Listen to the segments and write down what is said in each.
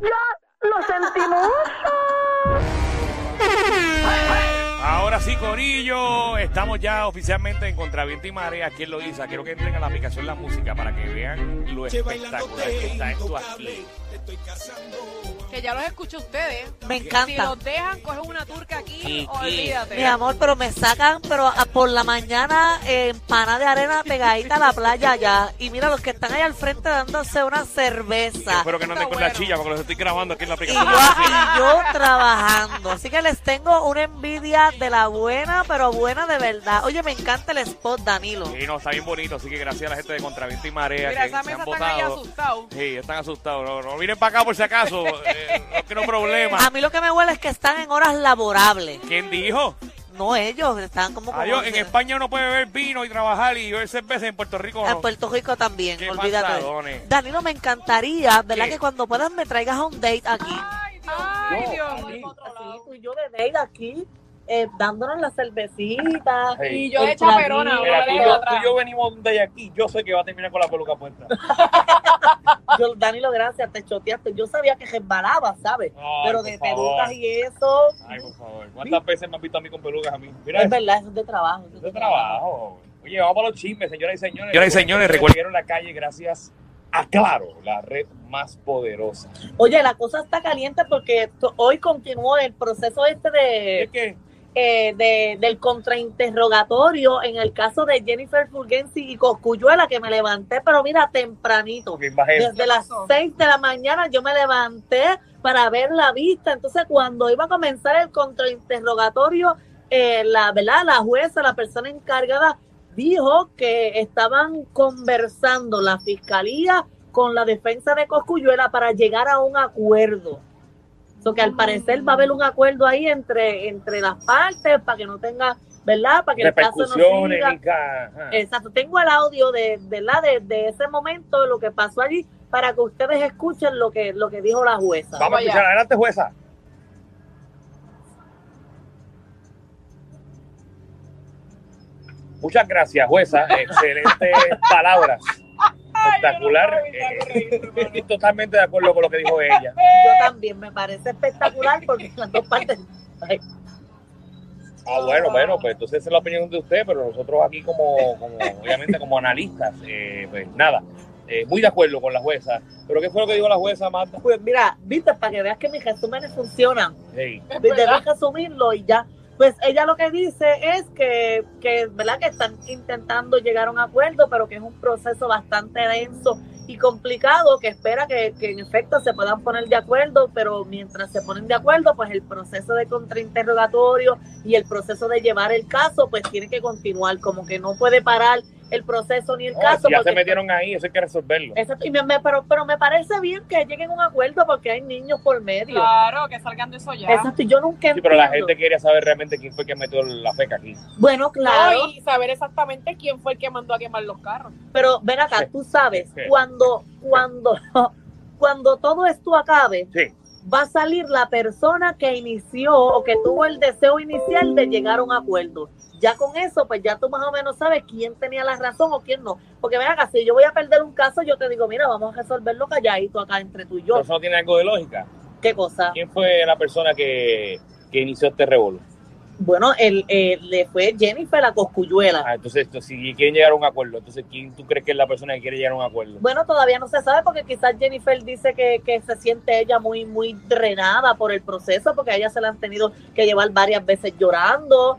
¡Ya lo sentimos! Ahora sí, Corillo, estamos ya oficialmente en Contraviento y Marea. ¿Quién lo dice? Quiero que entren a la aplicación La Música para que vean lo espectacular que está esto aquí. Que ya los escucho ustedes. Me Si encanta. nos dejan, cogen una turca aquí, Kiki. olvídate. Mi amor, pero me sacan, pero a- por la mañana eh, en pana de arena pegadita a la playa allá. Y mira los que están ahí al frente dándose una Yo cerveza. espero que no anden Está con la bueno. chilla porque los estoy grabando aquí en la Y yo, aplicación. y yo trabajando. Así que les tengo una envidia de la buena, pero buena de verdad. Oye, me encanta el spot, Danilo. Sí, no, está bien bonito, así que gracias a la gente de Contraviento y Marea Mira, que esa se mesa han están ahí votado. asustados. Sí, están asustados. No, no miren para acá por si acaso. eh, no quiero A problemas. mí lo que me huele es que están en horas laborables. ¿Quién dijo? No ellos, están como... como- Adiós, en España uno puede beber vino y trabajar y beber cerveza en Puerto Rico. Ah, En pues, No. Puerto Rico también, Qué olvídate. pasadones. Danilo, me encantaría, ¿verdad? ¿Qué? Que cuando puedas me traigas a un date aquí. Ay, Dios, Ay, Dios mío. Así, tú y yo de date aquí, eh, dándonos la cervecita. Y yo de el traguito. chaperona, Mira, ahora tú de y yo, tú otra. y yo venimos de aquí. Yo sé que va a terminar con la peluca puesta. Yo, Danilo, gracias, te choteaste. Yo sabía que resbalaba, ¿sabes? Ay, Pero por de favor. pelucas y eso. Ay, por favor. ¿Cuántas veces me han visto a mí con pelucas a mí? Mira, Es eso verdad, eso es de trabajo. eso es de trabajo. Oye, vamos a los chismes, señoras y señores. Señoras y señores, recuerden- recuerden. la calle gracias a Claro, la red más poderosa. Oye, la cosa está caliente porque to- hoy continuó el proceso este de, Es que eh, de- del contrainterrogatorio en el caso de Jennifer Fulgensi y Coscuyuela, que me levanté, pero mira, tempranito. mi imagen. Desde las 6 de la mañana yo me levanté para ver la vista. Entonces, cuando iba a comenzar el contrainterrogatorio, eh, la, ¿verdad? la jueza, la persona encargada, dijo que estaban conversando la fiscalía con la defensa de Coscuyuela para llegar a un acuerdo. So que al parecer va a haber un acuerdo ahí entre, entre las partes para que no tenga, ¿verdad? Para que el caso no Repercusiones, siga. mica. Ajá. Exacto, tengo el audio de, de, la, de, de ese momento, lo que pasó allí, para que ustedes escuchen lo que, lo que dijo la jueza. Vamos a Vaya. escuchar. Adelante, jueza. Muchas gracias, jueza. Excelentes palabras. Espectacular. Eh, estoy totalmente de acuerdo con lo que dijo ella. Yo también, me parece espectacular porque las dos partes... Ay, Ah, bueno, bueno, pues entonces esa es la opinión de usted, pero nosotros aquí como, como, obviamente como analistas, eh, pues nada, eh, muy de acuerdo con la jueza. Pero ¿qué fue lo que dijo la jueza, Marta? Pues mira, viste, para que veas que mis resúmenes funcionan. Hey, Debes resumirlo y ya. Pues ella lo que dice es que, que, ¿verdad? que están intentando llegar a un acuerdo, pero que es un proceso bastante denso y complicado, que espera que, que en efecto se puedan poner de acuerdo, pero mientras se ponen de acuerdo, pues el proceso de contrainterrogatorio y el proceso de llevar el caso, pues tiene que continuar, como que no puede parar el proceso ni el no, caso. si ya se porque- metieron ahí, eso hay que resolverlo. Exacto, y me- me- pero, pero me parece bien que lleguen a un acuerdo porque hay niños por medio. Claro, que salgan de eso Ah, ya. Exacto, y yo nunca Sí, pero la entiendo. gente quiere saber realmente quién fue que metió la feca aquí. Bueno, Claro, claro, y saber exactamente quién fue el que mandó a quemar los carros. pero ven acá, tú sabes, Sí. cuando, cuando, cuando todo esto acabe, Sí. va a salir la persona que inició o que tuvo el deseo inicial de llegar a un acuerdo. Ya con eso, pues ya tú más o menos sabes quién tenía la razón o quién no. Porque ven acá, si yo voy a perder un caso, yo te digo, mira, vamos a resolverlo calladito acá entre tú y Pero yo. eso no tiene algo de lógica. ¿Qué cosa? ¿Quién fue la persona que, que inició este revuelo? Bueno, el, eh, le fue Jennifer la coscuyuela. Ah, entonces, esto, si quieren llegar a un acuerdo, entonces, ¿quién tú crees que es la persona que quiere llegar a un acuerdo? Bueno, todavía no se sabe porque quizás Jennifer dice que, que se siente ella muy, muy drenada por el proceso porque a ella se la han tenido que llevar varias veces llorando.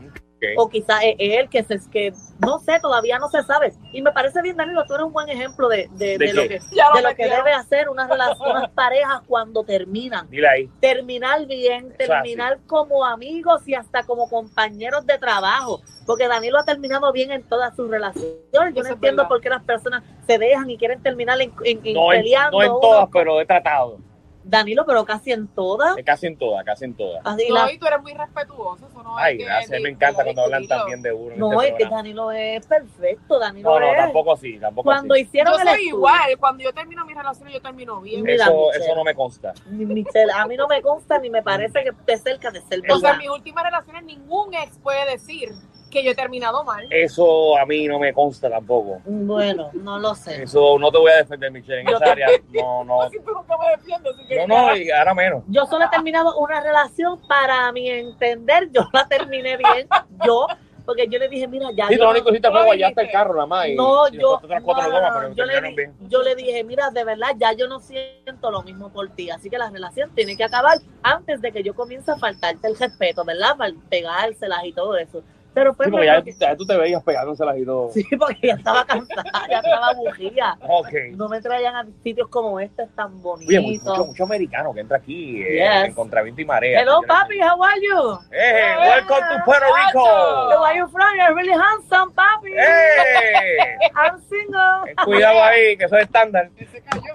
O quizás es él que se que no sé, todavía no se sabe. Y me parece bien, Danilo, tú eres un buen ejemplo de, de- ¿De de lo qué? que, Ya de lo que metieron. debe hacer unas, rela- unas parejas cuando terminan. Dile ahí. Terminar bien, es terminar como amigos y hasta como compañeros de trabajo. Porque Danilo ha terminado bien en todas sus relaciones. Yo Eso es no entiendo verdad. por qué las personas se dejan y quieren terminar en, en- en No en, peleando. no en uno todas, pues. con- pero he tratado. Danilo, pero casi en todas. Eh, Casi en todas, casi en todas. Así No, la- y tú eres muy respetuoso. Eso no Ay, hay que gracias. Me discutirlo, encanta cuando hablan discutirlo. tan bien de uno. en no, este es que programa. Danilo es perfecto. Danilo no, no, es- tampoco así, tampoco Cuando así. hicieron Yo el soy estudio- igual. Cuando yo termino mis relaciones, yo termino bien. Mira, Eso, Michelle. eso no me consta. Ni- Michelle, a mí no me consta ni me parece que esté cerca de ser Eso- O sea, verdad. en mis últimas relaciones, ningún ex puede decir que yo he terminado mal. Eh, Eso a mí no me consta tampoco. Bueno, no lo sé. Eso no te voy a defender, Michelle, en Yo esa te- área. No, no. Yo siempre nunca me defiendo, así que No, no, y ahora menos. Yo solo he terminado una relación para mi entender, yo la terminé bien, yo, porque yo le dije, mira, ya. Sí, yo lo no- único que hiciste fue guayarte el carro nada más. y- No, y yo, después otras cuatro no, no, gomas, no, pero yo, le, terminaron di- bien. yo le dije, pues mira, de verdad, ya yo no siento lo mismo por ti, así que la relación tiene que acabar antes de que yo comience a faltarte el respeto, ¿verdad? Para pegárselas y todo eso. Pero fue Sí, porque mejor ya, ya tú te veías pegándoselas y todo. sí, porque ya estaba cansada, ya estaba aburrida. Ok. No me traían a sitios como este tan Oye, mucho, mucho, bonitos. mucho americano que entra aquí eh, Yes. en contra viento y marea. Hello, Yo no sé. papi, how are you? ¡Eh! ¡Welcome to Puerto Chacho. Rico! Where are you from? You're really handsome, papi. ¡Eh! I'm single. Ten Cuidado ahí, que eso es estándar. Y se cayó.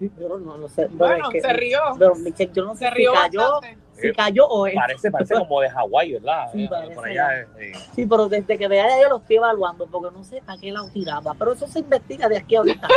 Yo no, no sé. bueno, Bueno, es que- se rió. pero, Michelle, yo no sé Se rió si cayó, bastante. si cayó o es. Eh, Parece, parece como de Hawái, ¿verdad? Sí, Eh, parece, Por allá. eh, sí. Sí, pero desde que vea yo lo estoy evaluando porque no sé a qué lado tiraba. Pero eso se investiga de aquí a ahorita.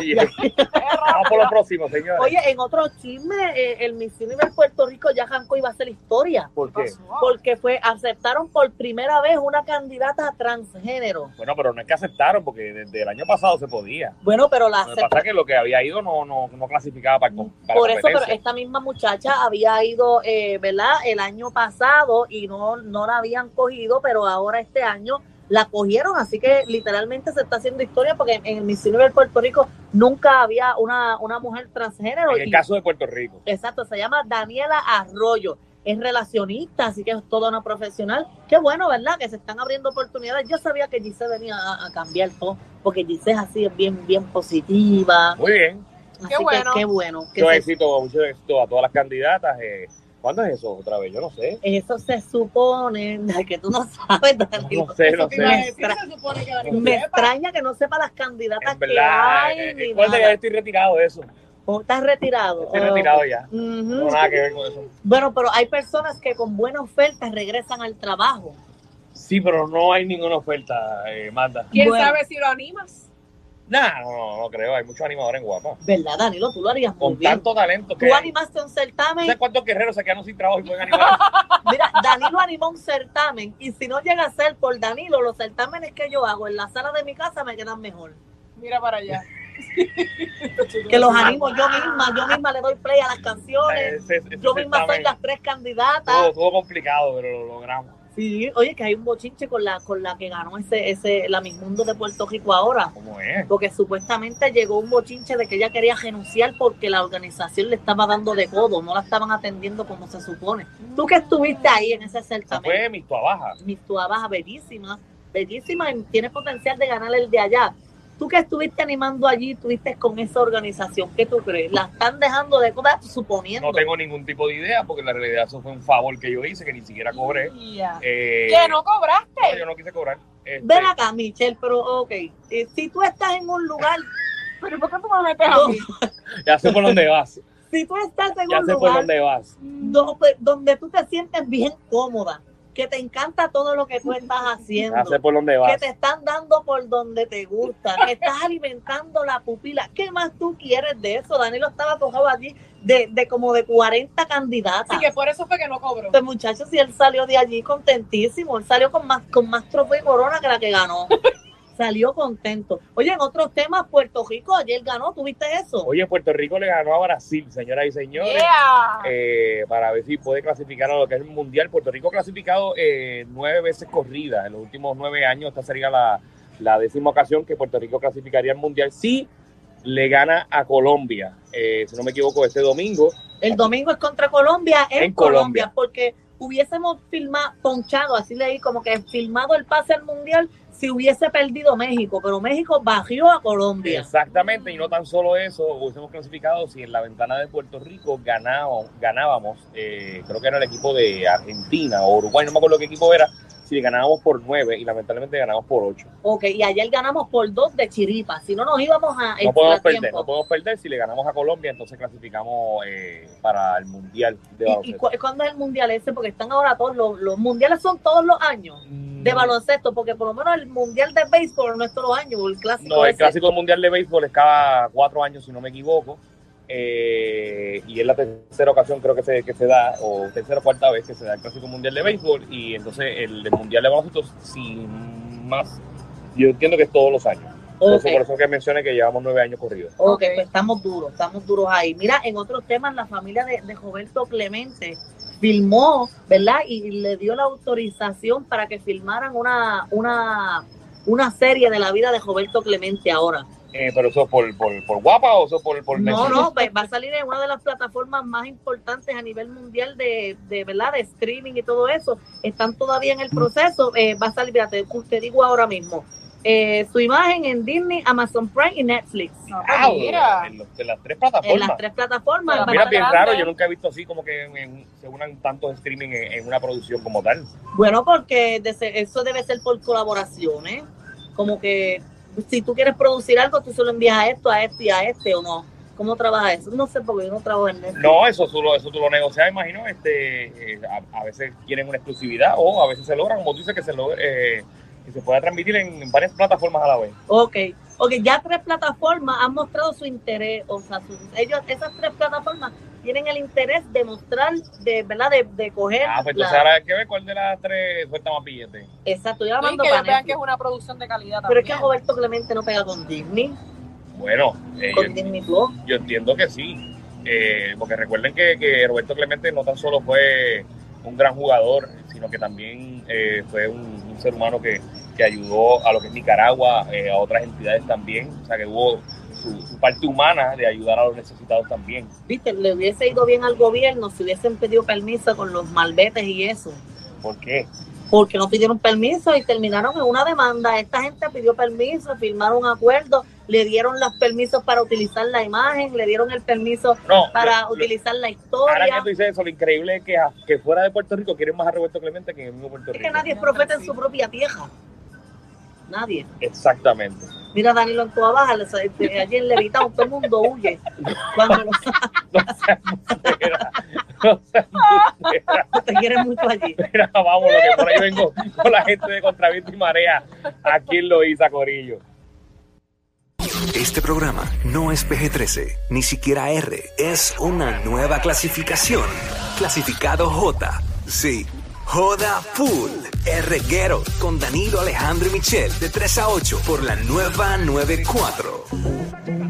Sí, eh. Vamos por lo próximo, señores. Oye, en otro chisme, eh, el Miss Universe Puerto Rico ya arrancó y va a ser historia. ¿Por qué? Pasó. Porque fue, aceptaron por primera vez una candidata transgénero. Bueno, pero no es que aceptaron, porque desde el año pasado se podía. Bueno, pero la Lo que pasa aceptaron. es que lo que había ido no, no, no clasificaba para, con- para Por la eso, pero competencia. esta misma muchacha había ido, eh, ¿verdad? El año pasado y no, no la habían cogido, pero ahora este año la cogieron, así que literalmente se está haciendo historia porque en, en el Miss Universe Puerto Rico nunca había una, una mujer transgénero. En el y- caso de Puerto Rico. Exacto, se llama Daniela Arroyo. Es relacionista, así que es toda una profesional. Qué bueno, ¿verdad? Que se están abriendo oportunidades. Yo sabía que Giselle venía a, a cambiar todo, porque Giselle así es bien, bien positiva. Muy bien. Así Qué que bueno. qué bueno. que Mucho se- éxito, mucho éxito a todas las candidatas. eh. ¿Cuándo es eso otra vez? Yo no sé. Eso se supone que tú no sabes, Danilo. No sé, no Eso te iba a sé. decir, se supone que Daniel Me sepa. extraña que no sepa las candidatas En que verdad, hay. eh, ni eh, acuérdate nada. que ya estoy retirado de eso. O estás retirado. Estoy Oh. retirado ya. Ujú. No nada que ver con eso. Bueno, pero hay personas que con buena oferta regresan al trabajo. Sí, pero no hay ninguna oferta, eh, Manda. ¿Quién Bueno. sabe si lo animas? Nah, no, no, no creo. Hay muchos animadores en Guapa. ¿Verdad, Danilo? Tú lo harías muy Con bien. tanto talento que Tú hay. animaste un ¿Sabes certamen. cuántos guerreros se quedaron sin trabajo y pueden animar? Mira, Danilo animó un certamen. Y si no llega a ser por Danilo, los certámenes que yo hago en la sala de mi casa me quedan mejor. Mira para allá. Que los animo yo misma. Yo misma le doy play a las canciones. Ese- ese Oh. Yo misma soy certamen las tres Estuvo candidatas. estuvo complicado, pero lo logramos. Sí, oye, que hay un bochinche con la con la que ganó ese, ese la Miss Mundo de Puerto Rico ahora. ¿Cómo es? Porque supuestamente llegó un bochinche de que ella quería renunciar porque la organización le estaba dando de codo, no la estaban atendiendo como se supone. Tú que estuviste ahí en ese Esa certamen. fue mi baja. mis tuabas bellísimas, bellísimas, y tienes potencial de ganar el de allá. Tú que estuviste animando allí, estuviste con esa organización, ¿qué tú crees? ¿La están dejando de comer? Suponiendo. No tengo ningún tipo de idea, porque la realidad eso fue un favor que yo hice, que ni siquiera cobré. Ya. Eh, Que no cobraste. no, yo no quise cobrar. Este, Ven acá, Michelle, pero ok, eh, si tú estás en un lugar, Pero ¿por qué tú me metes No. a mí? ya sé por dónde vas. si tú estás en Ya un sé por lugar dónde vas. do- pues, donde tú te sientes bien cómoda, que te encanta todo lo que tú estás haciendo, Ya sé por dónde que vas. te están dando por donde te gusta, que estás alimentando la pupila. ¿Qué más tú quieres de eso? Danilo estaba cojado allí de, de como de 40 candidatas. Así que por eso fue que no cobró. Este muchacho, si él salió de allí contentísimo, él salió con más, con más trofeo y corona que la que ganó. salió contento. Oye, en otros temas, Puerto Rico ayer ganó, ¿tuviste eso? Oye, Puerto Rico le ganó a Brasil, señoras y señores. Yeah. eh, para ver si puede clasificar a lo que es el Mundial. Puerto Rico ha clasificado eh, nueve veces corrida en los últimos nueve años. Esta sería la, la décima ocasión que Puerto Rico clasificaría al Mundial si le gana a Colombia, eh, si no me equivoco, este domingo. El domingo es contra Colombia, en, En Colombia. Colombia, porque hubiésemos filmado, ponchado, así leí, como que filmado el pase al mundial si hubiese perdido México, pero México bajó a Colombia. Exactamente, y no tan solo eso, hubiésemos clasificado si en la ventana de Puerto Rico ganábamos, ganábamos eh, creo que era el equipo de Argentina o Uruguay, no me acuerdo qué equipo era, si le ganábamos por nueve y lamentablemente ganamos por ocho. Ok, y ayer ganamos por dos de Chiripa, si no nos íbamos a no extra podemos perder, tiempo. no podemos perder. Si le ganamos a Colombia, entonces clasificamos eh, para el Mundial de ¿Y, y baloncesto. cu- cuándo es el mundial ese? Porque están ahora todos los, los mundiales son todos los años de baloncesto, porque por lo menos el mundial de béisbol no es todos los años, el clásico No, el ese. clásico mundial de béisbol es cada cuatro años, si no me equivoco. eh, y es la tercera ocasión creo que se, que se da, o tercera o cuarta vez que se da el Clásico Mundial de Béisbol, y entonces el, de Mundial de Baloncesto, sin más, yo entiendo que es todos los años. Entonces, Ok. por eso que mencioné que llevamos nueve años corridos. Ok, Ok. pues estamos duros, estamos duros ahí. Mira, en otros temas, la familia de, de Roberto Clemente filmó, ¿verdad? Y le dio la autorización para que filmaran una, una, una serie de la vida de Roberto Clemente ahora. Eh, pero eso es por, por, por guapa o eso por, por No, Netflix? no, pues va a salir en una de las plataformas más importantes a nivel mundial de, de ¿verdad? De streaming y todo eso. Están todavía Mm. en el proceso. Eh, va a salir, fíjate, te digo ahora mismo. Eh, su imagen en Disney, Amazon Prime y Netflix. No, pues Ah, mira. En, los- en las tres En plataformas. las tres plataformas. Pero Mira, más bien grande. raro, yo nunca he visto así como que en- en- se unan tantos streaming en, en una producción como tal. Bueno, porque de ser- eso debe ser por colaboraciones. Como que si tú quieres producir algo, tú solo envías a esto, a este y a este, ¿o no? ¿Cómo trabaja eso? No sé, porque yo no trabajo en Netflix. No, eso tú lo, eso tú lo negocias, imagino. Este, eh, a, a veces quieren una exclusividad o a veces se logra, como tú dices, que se, logra, eh, que se pueda transmitir en, en varias plataformas a la vez. Ok, ok, ya tres plataformas han mostrado su interés, o sea, su- ellos, esas tres plataformas tienen el interés de mostrar, de, ¿verdad? De, de coger. Ah, pues entonces la- ahora hay que ver cuál de las tres suelta más billetes. Exacto, yo Y hablando que ellos para vean que Netflix. es una producción de calidad Pero es también. que Roberto Clemente no pega con Disney, Bueno, eh, con Disney Plus. yo, yo entiendo que sí. Eh, porque recuerden que, que Roberto Clemente no tan solo fue un gran jugador, sino que también eh, fue un, un ser humano que, que ayudó a lo que es Nicaragua, eh, a otras entidades también. O sea, que hubo su, su parte humana de ayudar a los necesitados también. Viste, le hubiese ido bien al gobierno si hubiesen pedido permiso con los malbetes y eso. ¿Por qué? porque no pidieron permiso y terminaron en una demanda. Esta gente pidió permiso, firmaron un acuerdo, le dieron los permisos para utilizar la imagen, le dieron el permiso No, para lo- lo- utilizar la ahora que historia. tú dices eso, lo increíble es que, a- que fuera de Puerto Rico quieren más a Roberto Clemente que en el mismo Puerto Es Rico. que nadie es profeta en su propia tierra. Nadie. Exactamente. Mira a Danilo en toda baja, le- de- allí en Levitao, todo el mundo huye. Cuando los Era- o sea, te quieren mucho allí. era, vámonos, que por ahí vengo con la gente de Contraviento y Marea. Aquí en Loíza, Corillo. Este programa no es PG-13, ni siquiera R. Es una nueva clasificación. Clasificado J. Sí. Joda Full. R. Guerrero con Danilo Alejandro y Michel de 3 a 8 por la nueva 94.